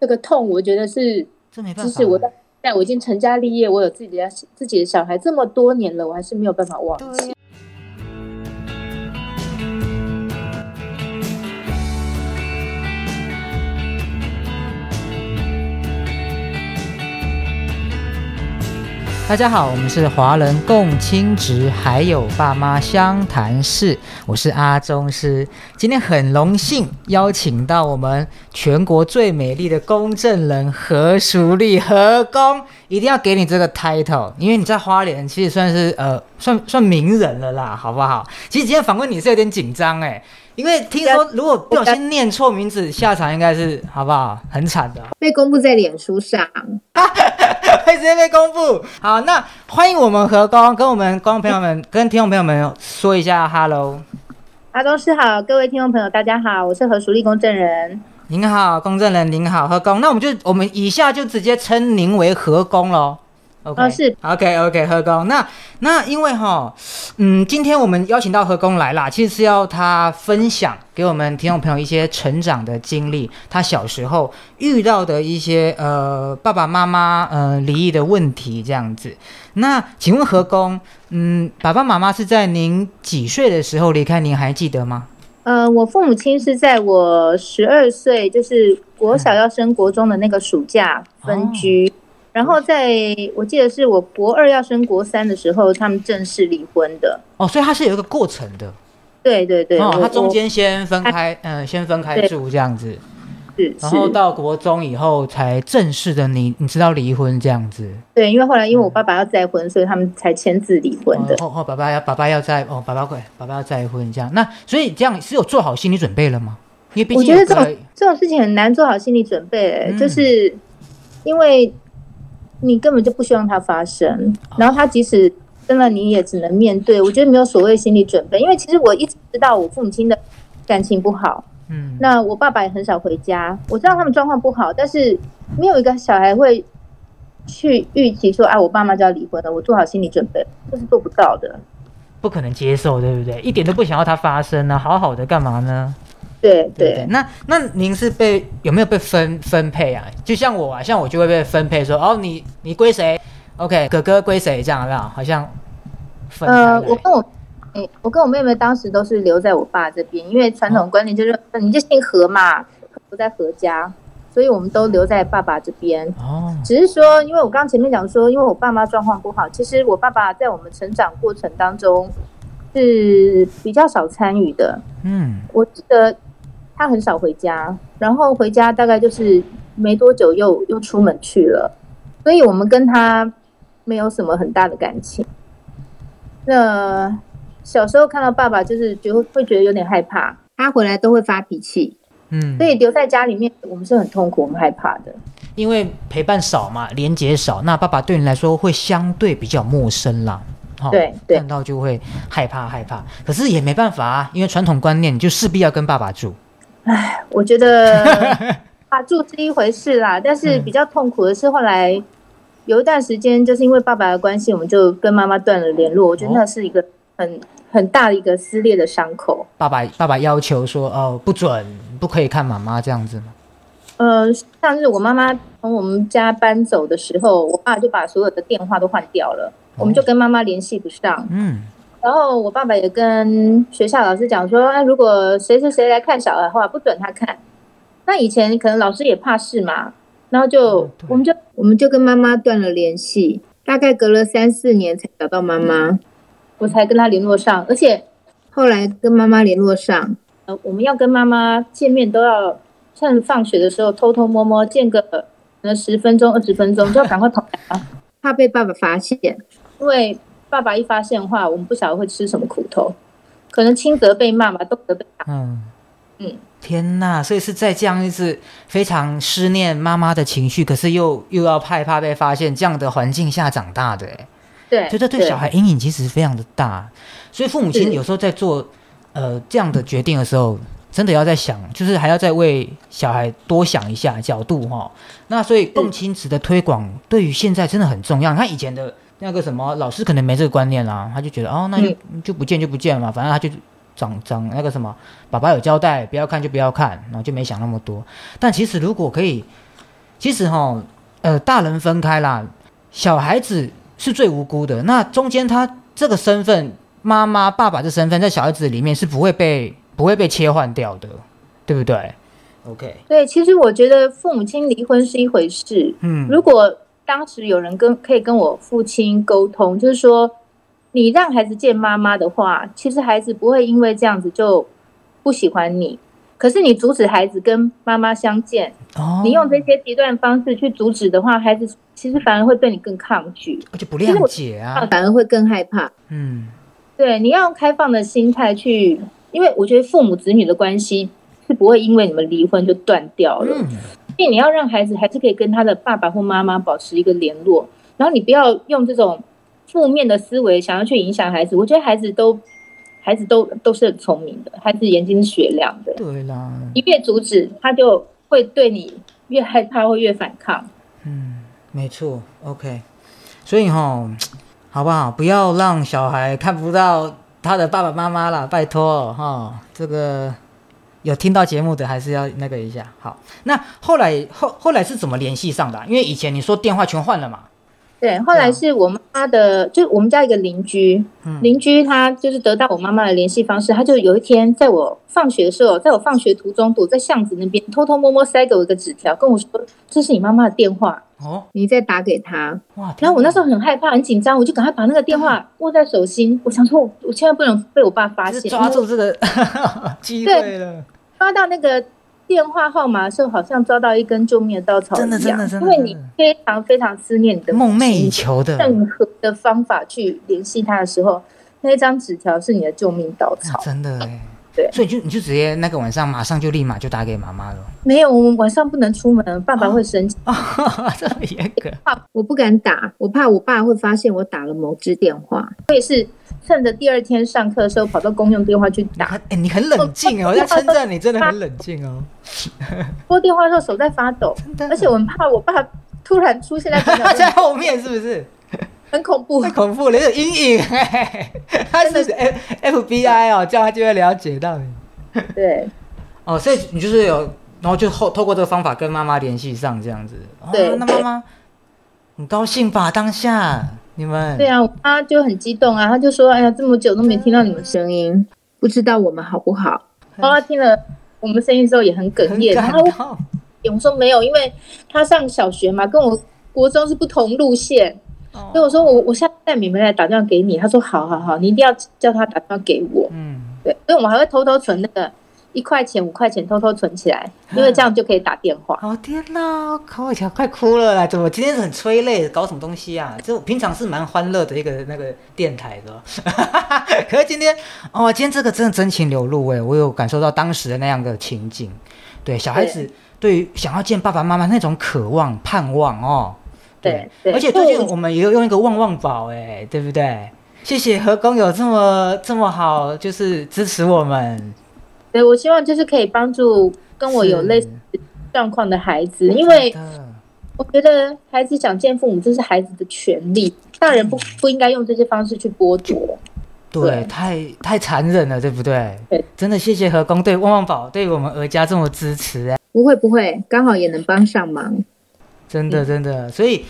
这个痛，我觉得是，这没办即法。使我在在我已经成家立业，我有自己的自己的小孩这么多年了，我还是没有办法忘记。对呀、大家好，我们是华人共亲职，还有爸妈湘潭市，我是阿宗师。今天很荣幸邀请到我们全国最美丽的公证人何淑丽何公，一定要给你这个 title，因为你在花莲其实算是呃算算名人了啦，好不好？其实今天访问你是有点紧张哎、因为听说如果不小心念错名字，下场应该是好不好？很惨的。 被公布在脸书上，会直接被公布。好，那欢迎我们何工跟我们观众朋友们、跟听众朋友们说一下 “hello”。阿东师好，各位听众朋友大家好，我是何淑丽公证人。您好，公证人您好，何工。那我们就我们以下就直接称您为何工喽。OK，、哦是 OK OK 何工。那那因为哈，嗯，今天我们邀请到何工来啦，其实是要他分享给我们听众朋友一些成长的经历，他小时候遇到的一些呃爸爸妈妈呃离异的问题这样子。那请问何工，嗯，爸爸妈妈是在您几岁的时候离开您，还记得吗？呃，我父母亲是在我十二岁，就是国嗯小要升国中的那个暑假哦分居，然嗯后在我记得是我国二要升国三的时候，他们正式离婚的。哦，所以它是有一个过程的。对对对，哦，我他中间先分开，嗯、先分开对住这样子，我是然后是，到国中以后才正式的你，你知道离婚这样子。对，因为后来因为我爸爸要再婚，所以他们才签字离婚的。嗯哦哦，爸爸要爸爸要再哦，爸爸快，爸爸要再婚这样。那所以这样是有做好心理准备了吗？因为毕我竟觉有得这个种这种事情很难做好心理准备、欸嗯就是因为你根本就不希望它发生，哦然后它即使真的你也只能面对。我觉得没有所谓心理准备，因为其实我一直知道我父母亲的感情不好，嗯那我爸爸也很少回家，我知道他们状况不好，但是没有一个小孩会去预期说，啊，我爸妈就要离婚了，我做好心理准备，这是做不到的。不可能接受，对不对？一点都不想要它发生呢、好好的干嘛呢？对对不对对。那那您是被有没有被分分配啊？就像我啊，像我就会被分配说，哦，你你归谁？OK，哥哥归谁？这样啦，好像分开呃，来我跟我，诶我跟我妹妹当时都是留在我爸这边，因为传哦统观念就是、你就姓何嘛，不在何家，所以我们都留在爸爸这边。哦，只是说，因为我刚前面讲说，因为我爸妈状况不好，其实我爸爸在我们成长过程当中是比较少参与的。嗯，我记得他很少回家，然后回家大概就是没多久又又出门去了，所以我们跟他没有什么很大的感情。那小时候看到爸爸，就是觉得会觉得有点害怕，他回来都会发脾气，嗯所，以留在家里面，我们是很痛苦、很害怕的。因为陪伴少嘛，连接少，那爸爸对你来说会相对比较陌生啦。哦对对看到就会害怕害怕，可是也没办法啊，因为传统观念你就势必要跟爸爸住。我觉得啊，住是一回事啦，但是比较痛苦的是后来有一段时间，就是因为爸爸的关系，我们就跟妈妈断了联络。我觉得那是一个很很大的一个撕裂的伤口。爸爸爸爸要求说，哦，不准，不可以看妈妈这样子嘛。呃，像是我妈妈从我们家搬走的时候，我爸就把所有的电话都换掉了，我们就跟妈妈联系不上。嗯，然后我爸爸也跟学校老师讲说，啊、如果谁谁谁来看小孩的话，不准他看。那以前可能老师也怕事嘛，然后就、嗯对我们就我们就跟妈妈断了联系，大概隔了三四年才找到妈妈，我才跟她联络上，而且后来跟妈妈联络上，呃，我们要跟妈妈见面都要趁放学的时候偷偷摸摸见个可能十分钟二十分钟，就要赶快跑来啊， 怕被爸爸发现，因为爸爸一发现的话，我们不晓得会吃什么苦头，可能轻则被骂吧，重则被打。嗯，嗯天呐！所以是在这样一次非常思念妈妈的情绪，可是又又要害怕被发现这样的环境下长大的，哎，对，所以这对小孩阴影其实非常的大。所以父母亲是有时候在做呃这样的决定的时候，真的要在想，就是还要再为小孩多想一下角度哈、那所以共亲职的推广对于现在真的很重要。你看以前的那个什么老师可能没这个观念啦、他就觉得哦，那就、嗯就不见就不见嘛，反正他就长长那个什么，爸爸有交代，不要看就不要看，然后就没想那么多。但其实如果可以其实哈、呃，大人分开啦，小孩子是最无辜的。那中间他这个身份，妈妈、爸爸这身份，在小孩子里面是不会被不会被切换掉的，对不对？OK，对，其实我觉得父母亲离婚是一回事，嗯，如果当时有人跟可以跟我父亲沟通，就是说你让孩子见妈妈的话，其实孩子不会因为这样子就不喜欢你。可是你阻止孩子跟妈妈相见，哦，你用这些极端方式去阻止的话，孩子其实反而会对你更抗拒，而且不谅解啊，反而会更害怕。嗯对，你要用开放的心态去，因为我觉得父母子女的关系是不会因为你们离婚就断掉了。嗯，所以你要让孩子还是可以跟他的爸爸或妈妈保持一个联络，然后你不要用这种负面的思维想要去影响孩子。我觉得孩子都，孩子都都是很聪明的，孩子眼睛是雪亮的，对啦，你越阻止他就会对你越害怕，会越反抗。嗯，没错，OK。所以哈、好不好？不要让小孩看不到他的爸爸妈妈啦，拜托哈、这个有听到节目的还是要那个一下。好，那后来后后来是怎么联系上的啊、因为以前你说电话全换了嘛。对，后来是我妈的，就我们家一个邻居，嗯邻居他就是得到我妈妈的联系方式，他就有一天在我放学的时候，在我放学途中躲在巷子那边，偷偷摸摸塞给我一个纸条，跟我说这是你妈妈的电话。哦，你再打给他。哇！然后我那时候候很害怕、很紧张，我就赶快把那个电嗯话握在手心，我想说我，我千万不能被我爸发是现。抓因为住这个 机会了，抓到那个电话号码的时候，好像抓到一根救命的稻草一样，真的真的真的因为你非常非常思念你的梦寐以以求的。任何的方法去联系他的时候，那张纸条是你的救命稻啊草。真的哎，对所以你就你就直接那个晚上马上就立马就打给妈 妈了，没有，我们晚上不能出门，爸爸会生气。哦，这么严格，我不敢打，我怕我爸会发现我打了某支电话。趁着第二天上课的时候，跑到公用电话去你打。嗯很哎、你很冷静哦，我要称赞你真的很冷静哦，拨电话的时候手在发抖，真嗯的。而且我很怕我爸突然出现在旁边 他 在后面是不是？很恐怖太。恐怖了，有阴影哎、他是 F FBI 哦，这样他就会了解到你对哦，所以你就是有，然后就后透过这个方法跟妈妈联系上这样子。哦、对那妈妈很高兴吧？当下你嗯们对啊，我妈就很激动啊，她就说：“哎呀，这么久都没听到你们声声音不知道我们好不好？音。”然后她听了我们声音之后也很哽很咽。然感后动，我说：“没有，因为她上小学嘛，跟我国中是不同路线。”所以哦我说：“我我下次带妹妹来打电话给你。”她说：“好好好，你一定要叫她打电话给我。嗯，”对，所以我们还会偷偷存那个一块钱、五块钱，偷偷存起来，嗯因为这样就可以打电话。哦天哪，靠我一条快哭了啦！怎么今天很催泪？搞什么东西啊？这我平常是蛮欢乐的一个那个电台的哦， 可是今天哦，今天这个真的真情流露哎，我有感受到当时的那样的情景。对，小孩子对于想要见爸爸妈妈那种渴望、盼望哦。对对而且最近对我们也有用一个旺旺宝哎，对不对？谢谢何工有这么这么好，就是支持我们。对，我希望就是可以帮助跟我有是类似状况的孩子，因为。真的我觉得孩子想见父母，这是孩子的权利，大人不不应该用这些方式去剥夺。对，对太太残忍了，对不对？对，真的谢谢何工对旺旺宝对我们儿家这么支持，哎，不会不会，刚好也能帮上忙。真嗯的真的。所以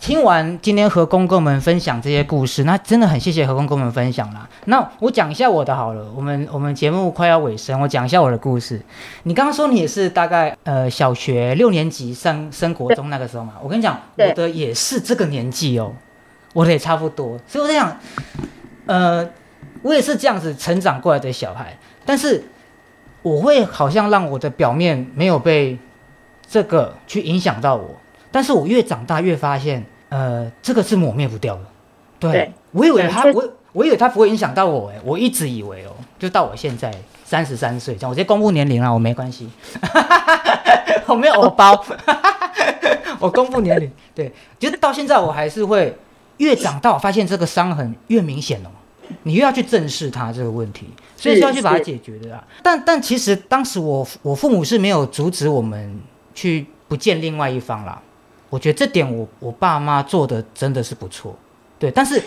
听完今天何工跟我们分享这些故事，那真的很谢谢何工跟我们分享啦。那我讲一下我的好了，我们我们节目快要尾声，我讲一下我的故事。你刚刚说你也是大概呃小学六年级上升国中那个时候嘛，我跟你讲，对我的也是这个年纪哦，我的也差不多，所以我在想，呃，我也是这样子成长过来的小孩，但是我会好像让我的表面没有被这个去影响到我，但是我越长大越发现，呃，这个是抹灭不掉的。对，对我以为对他确实我我以为他不会影响到我哎，我一直以为哦，就到我现在三十三岁这样，我直接公布年龄了，我没关系， 我没有偶包， 我公布年龄，对，就是到现在我还是会越长大，我发现这个伤痕越明显哦，你越要去正视它这个问题，所以是要去把它是解决的啦。但但其实当时我我父母是没有阻止我们去不见另外一方啦，我觉得这点我我爸妈做的真的是不错，对，但是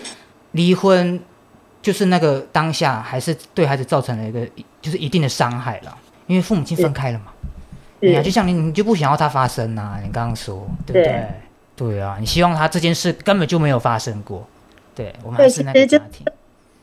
离婚就是那个当下还是对孩子造成了一个就是一定的伤害了，因为父母亲分开了嘛，哎对哎呀、就像你，你就不想要它发生呐、你刚刚说，对不对？对对啊，你希望它这件事根本就没有发生过。对，我们对还是那个其实就家庭。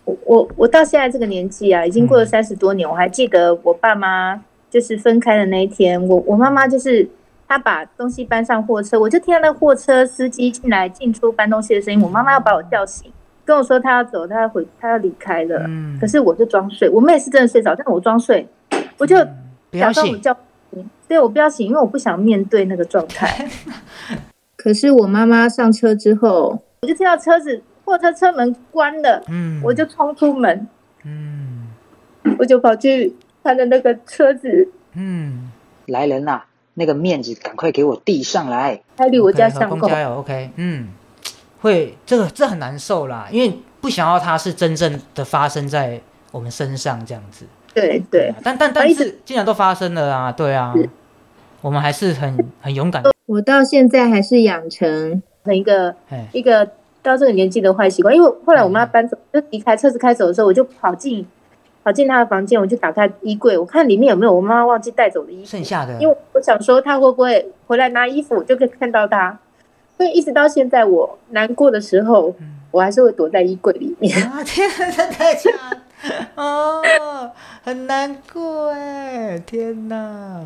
我我我到现在这个年纪啊，已经过了嗯三十多年，我还记得我爸妈就是分开的那一天，我我妈妈就是她把东西搬上货车，我就听到那货车司机进来进出搬东西的声音，我妈妈要把我叫醒，跟我说她要走，她要回，她要离开了。嗯，可是我就装睡，我妹是真的睡着，但我装睡，我就嗯不假要装我信，叫，对我不要醒，因为我不想面对那个状态。 可是我妈妈上车之后，我就听到车子货车车门关了，嗯，我就冲出 门，嗯我就跑去她的那个车子嗯，来人呐、那个面子赶快给我递上来！开离我家 OK，和巷公口。交友 OK，嗯，会这个这很难受啦，因为不想要它是真正的发生在我们身上这样子。对对啊，但但而但且是既然都发生了啊，对啊，我们还是很很勇敢。我到现在还是养成成一个哎，一个到这个年纪的坏习惯。因为后来我妈搬走，就离开车子开走的时候，我就跑进跑进她的房间，我就打开衣柜，我看里面有没有我妈妈忘记带走的衣服剩，下的因为我想说她会不会回来拿衣服，我就可以看到她。所以一直到现在，我难过的时候嗯，我还是会躲在衣柜里面。啊， 天哪，真的假的？哦，很难过哎，天哪！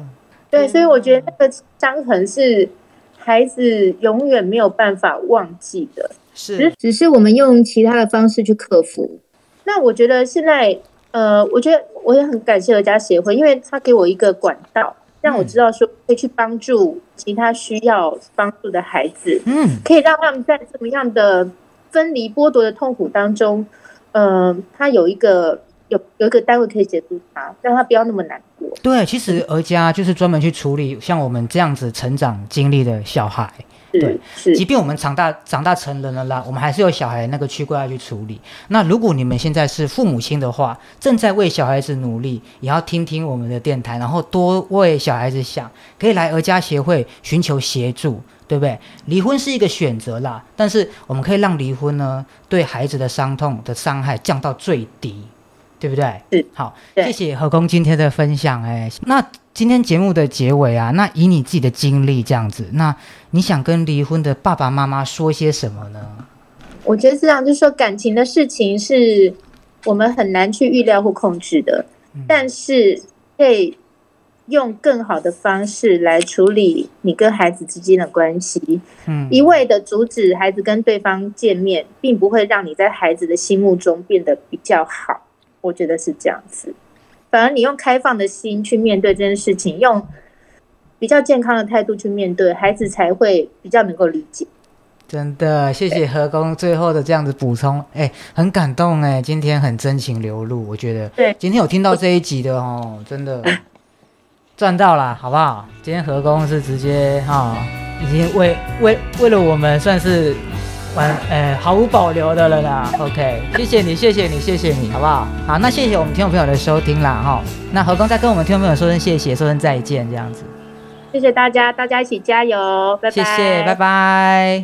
对，所以我觉嗯得那个伤痕是孩子永远没有办法忘记的。是，只是我们用其他的方式去克服。那我觉得现在，呃，我觉得我也很感谢儿家协会，因为他给我一个管道，让嗯我知道说可以去帮助其他需要帮助的孩子，嗯可以让他们在这么样的分离剥夺的痛苦当中，呃，他有一个有有一个单位可以协助他，让他不要那么难过。对，其实儿家就是专门去处理像我们这样子成长经历的小孩，对是即是，便我们长大长大成人了啦，我们还是有小孩那个区块要去处理。那如果你们现在是父母亲的话，正在为小孩子努力，也要听听我们的电台，然后多为小孩子想，可以来儿家协会寻求协助，对不对？离婚是一个选择啦，但是我们可以让离婚呢对孩子的伤痛的伤害降到最低，对不对？是好，对谢谢何工今天的分享、哎，那今天节目的结尾啊，那以你自己的经历这样子，那你想跟离婚的爸爸妈妈说些什么呢？我觉得是这样，就是说感情的事情是我们很难去预料或控制的，嗯但是可以用更好的方式来处理你跟孩子之间的关系。嗯一味的阻止孩子跟对方见面，并不会让你在孩子的心目中变得比较好。我觉得是这样子，反而你用开放的心去面对这件事情，用比较健康的态度去面对，孩子才会比较能够理解。真的，谢谢何工最后的这样子补充，哎、很感动哎、今天很真情流露，我觉得对今天有听到这一集的哦，真的赚到啦，好不好？今天何工是直接哈、已经为为为了我们算是完哎、毫无保留的了啦，OK，谢谢你，谢谢你，谢谢你，好不好？好，那谢谢我们听众朋友的收听啦哈、那何工再跟我们听众朋友说声谢谢，说声再见这样子，谢谢大家，大家一起加油，拜拜，谢谢，拜拜。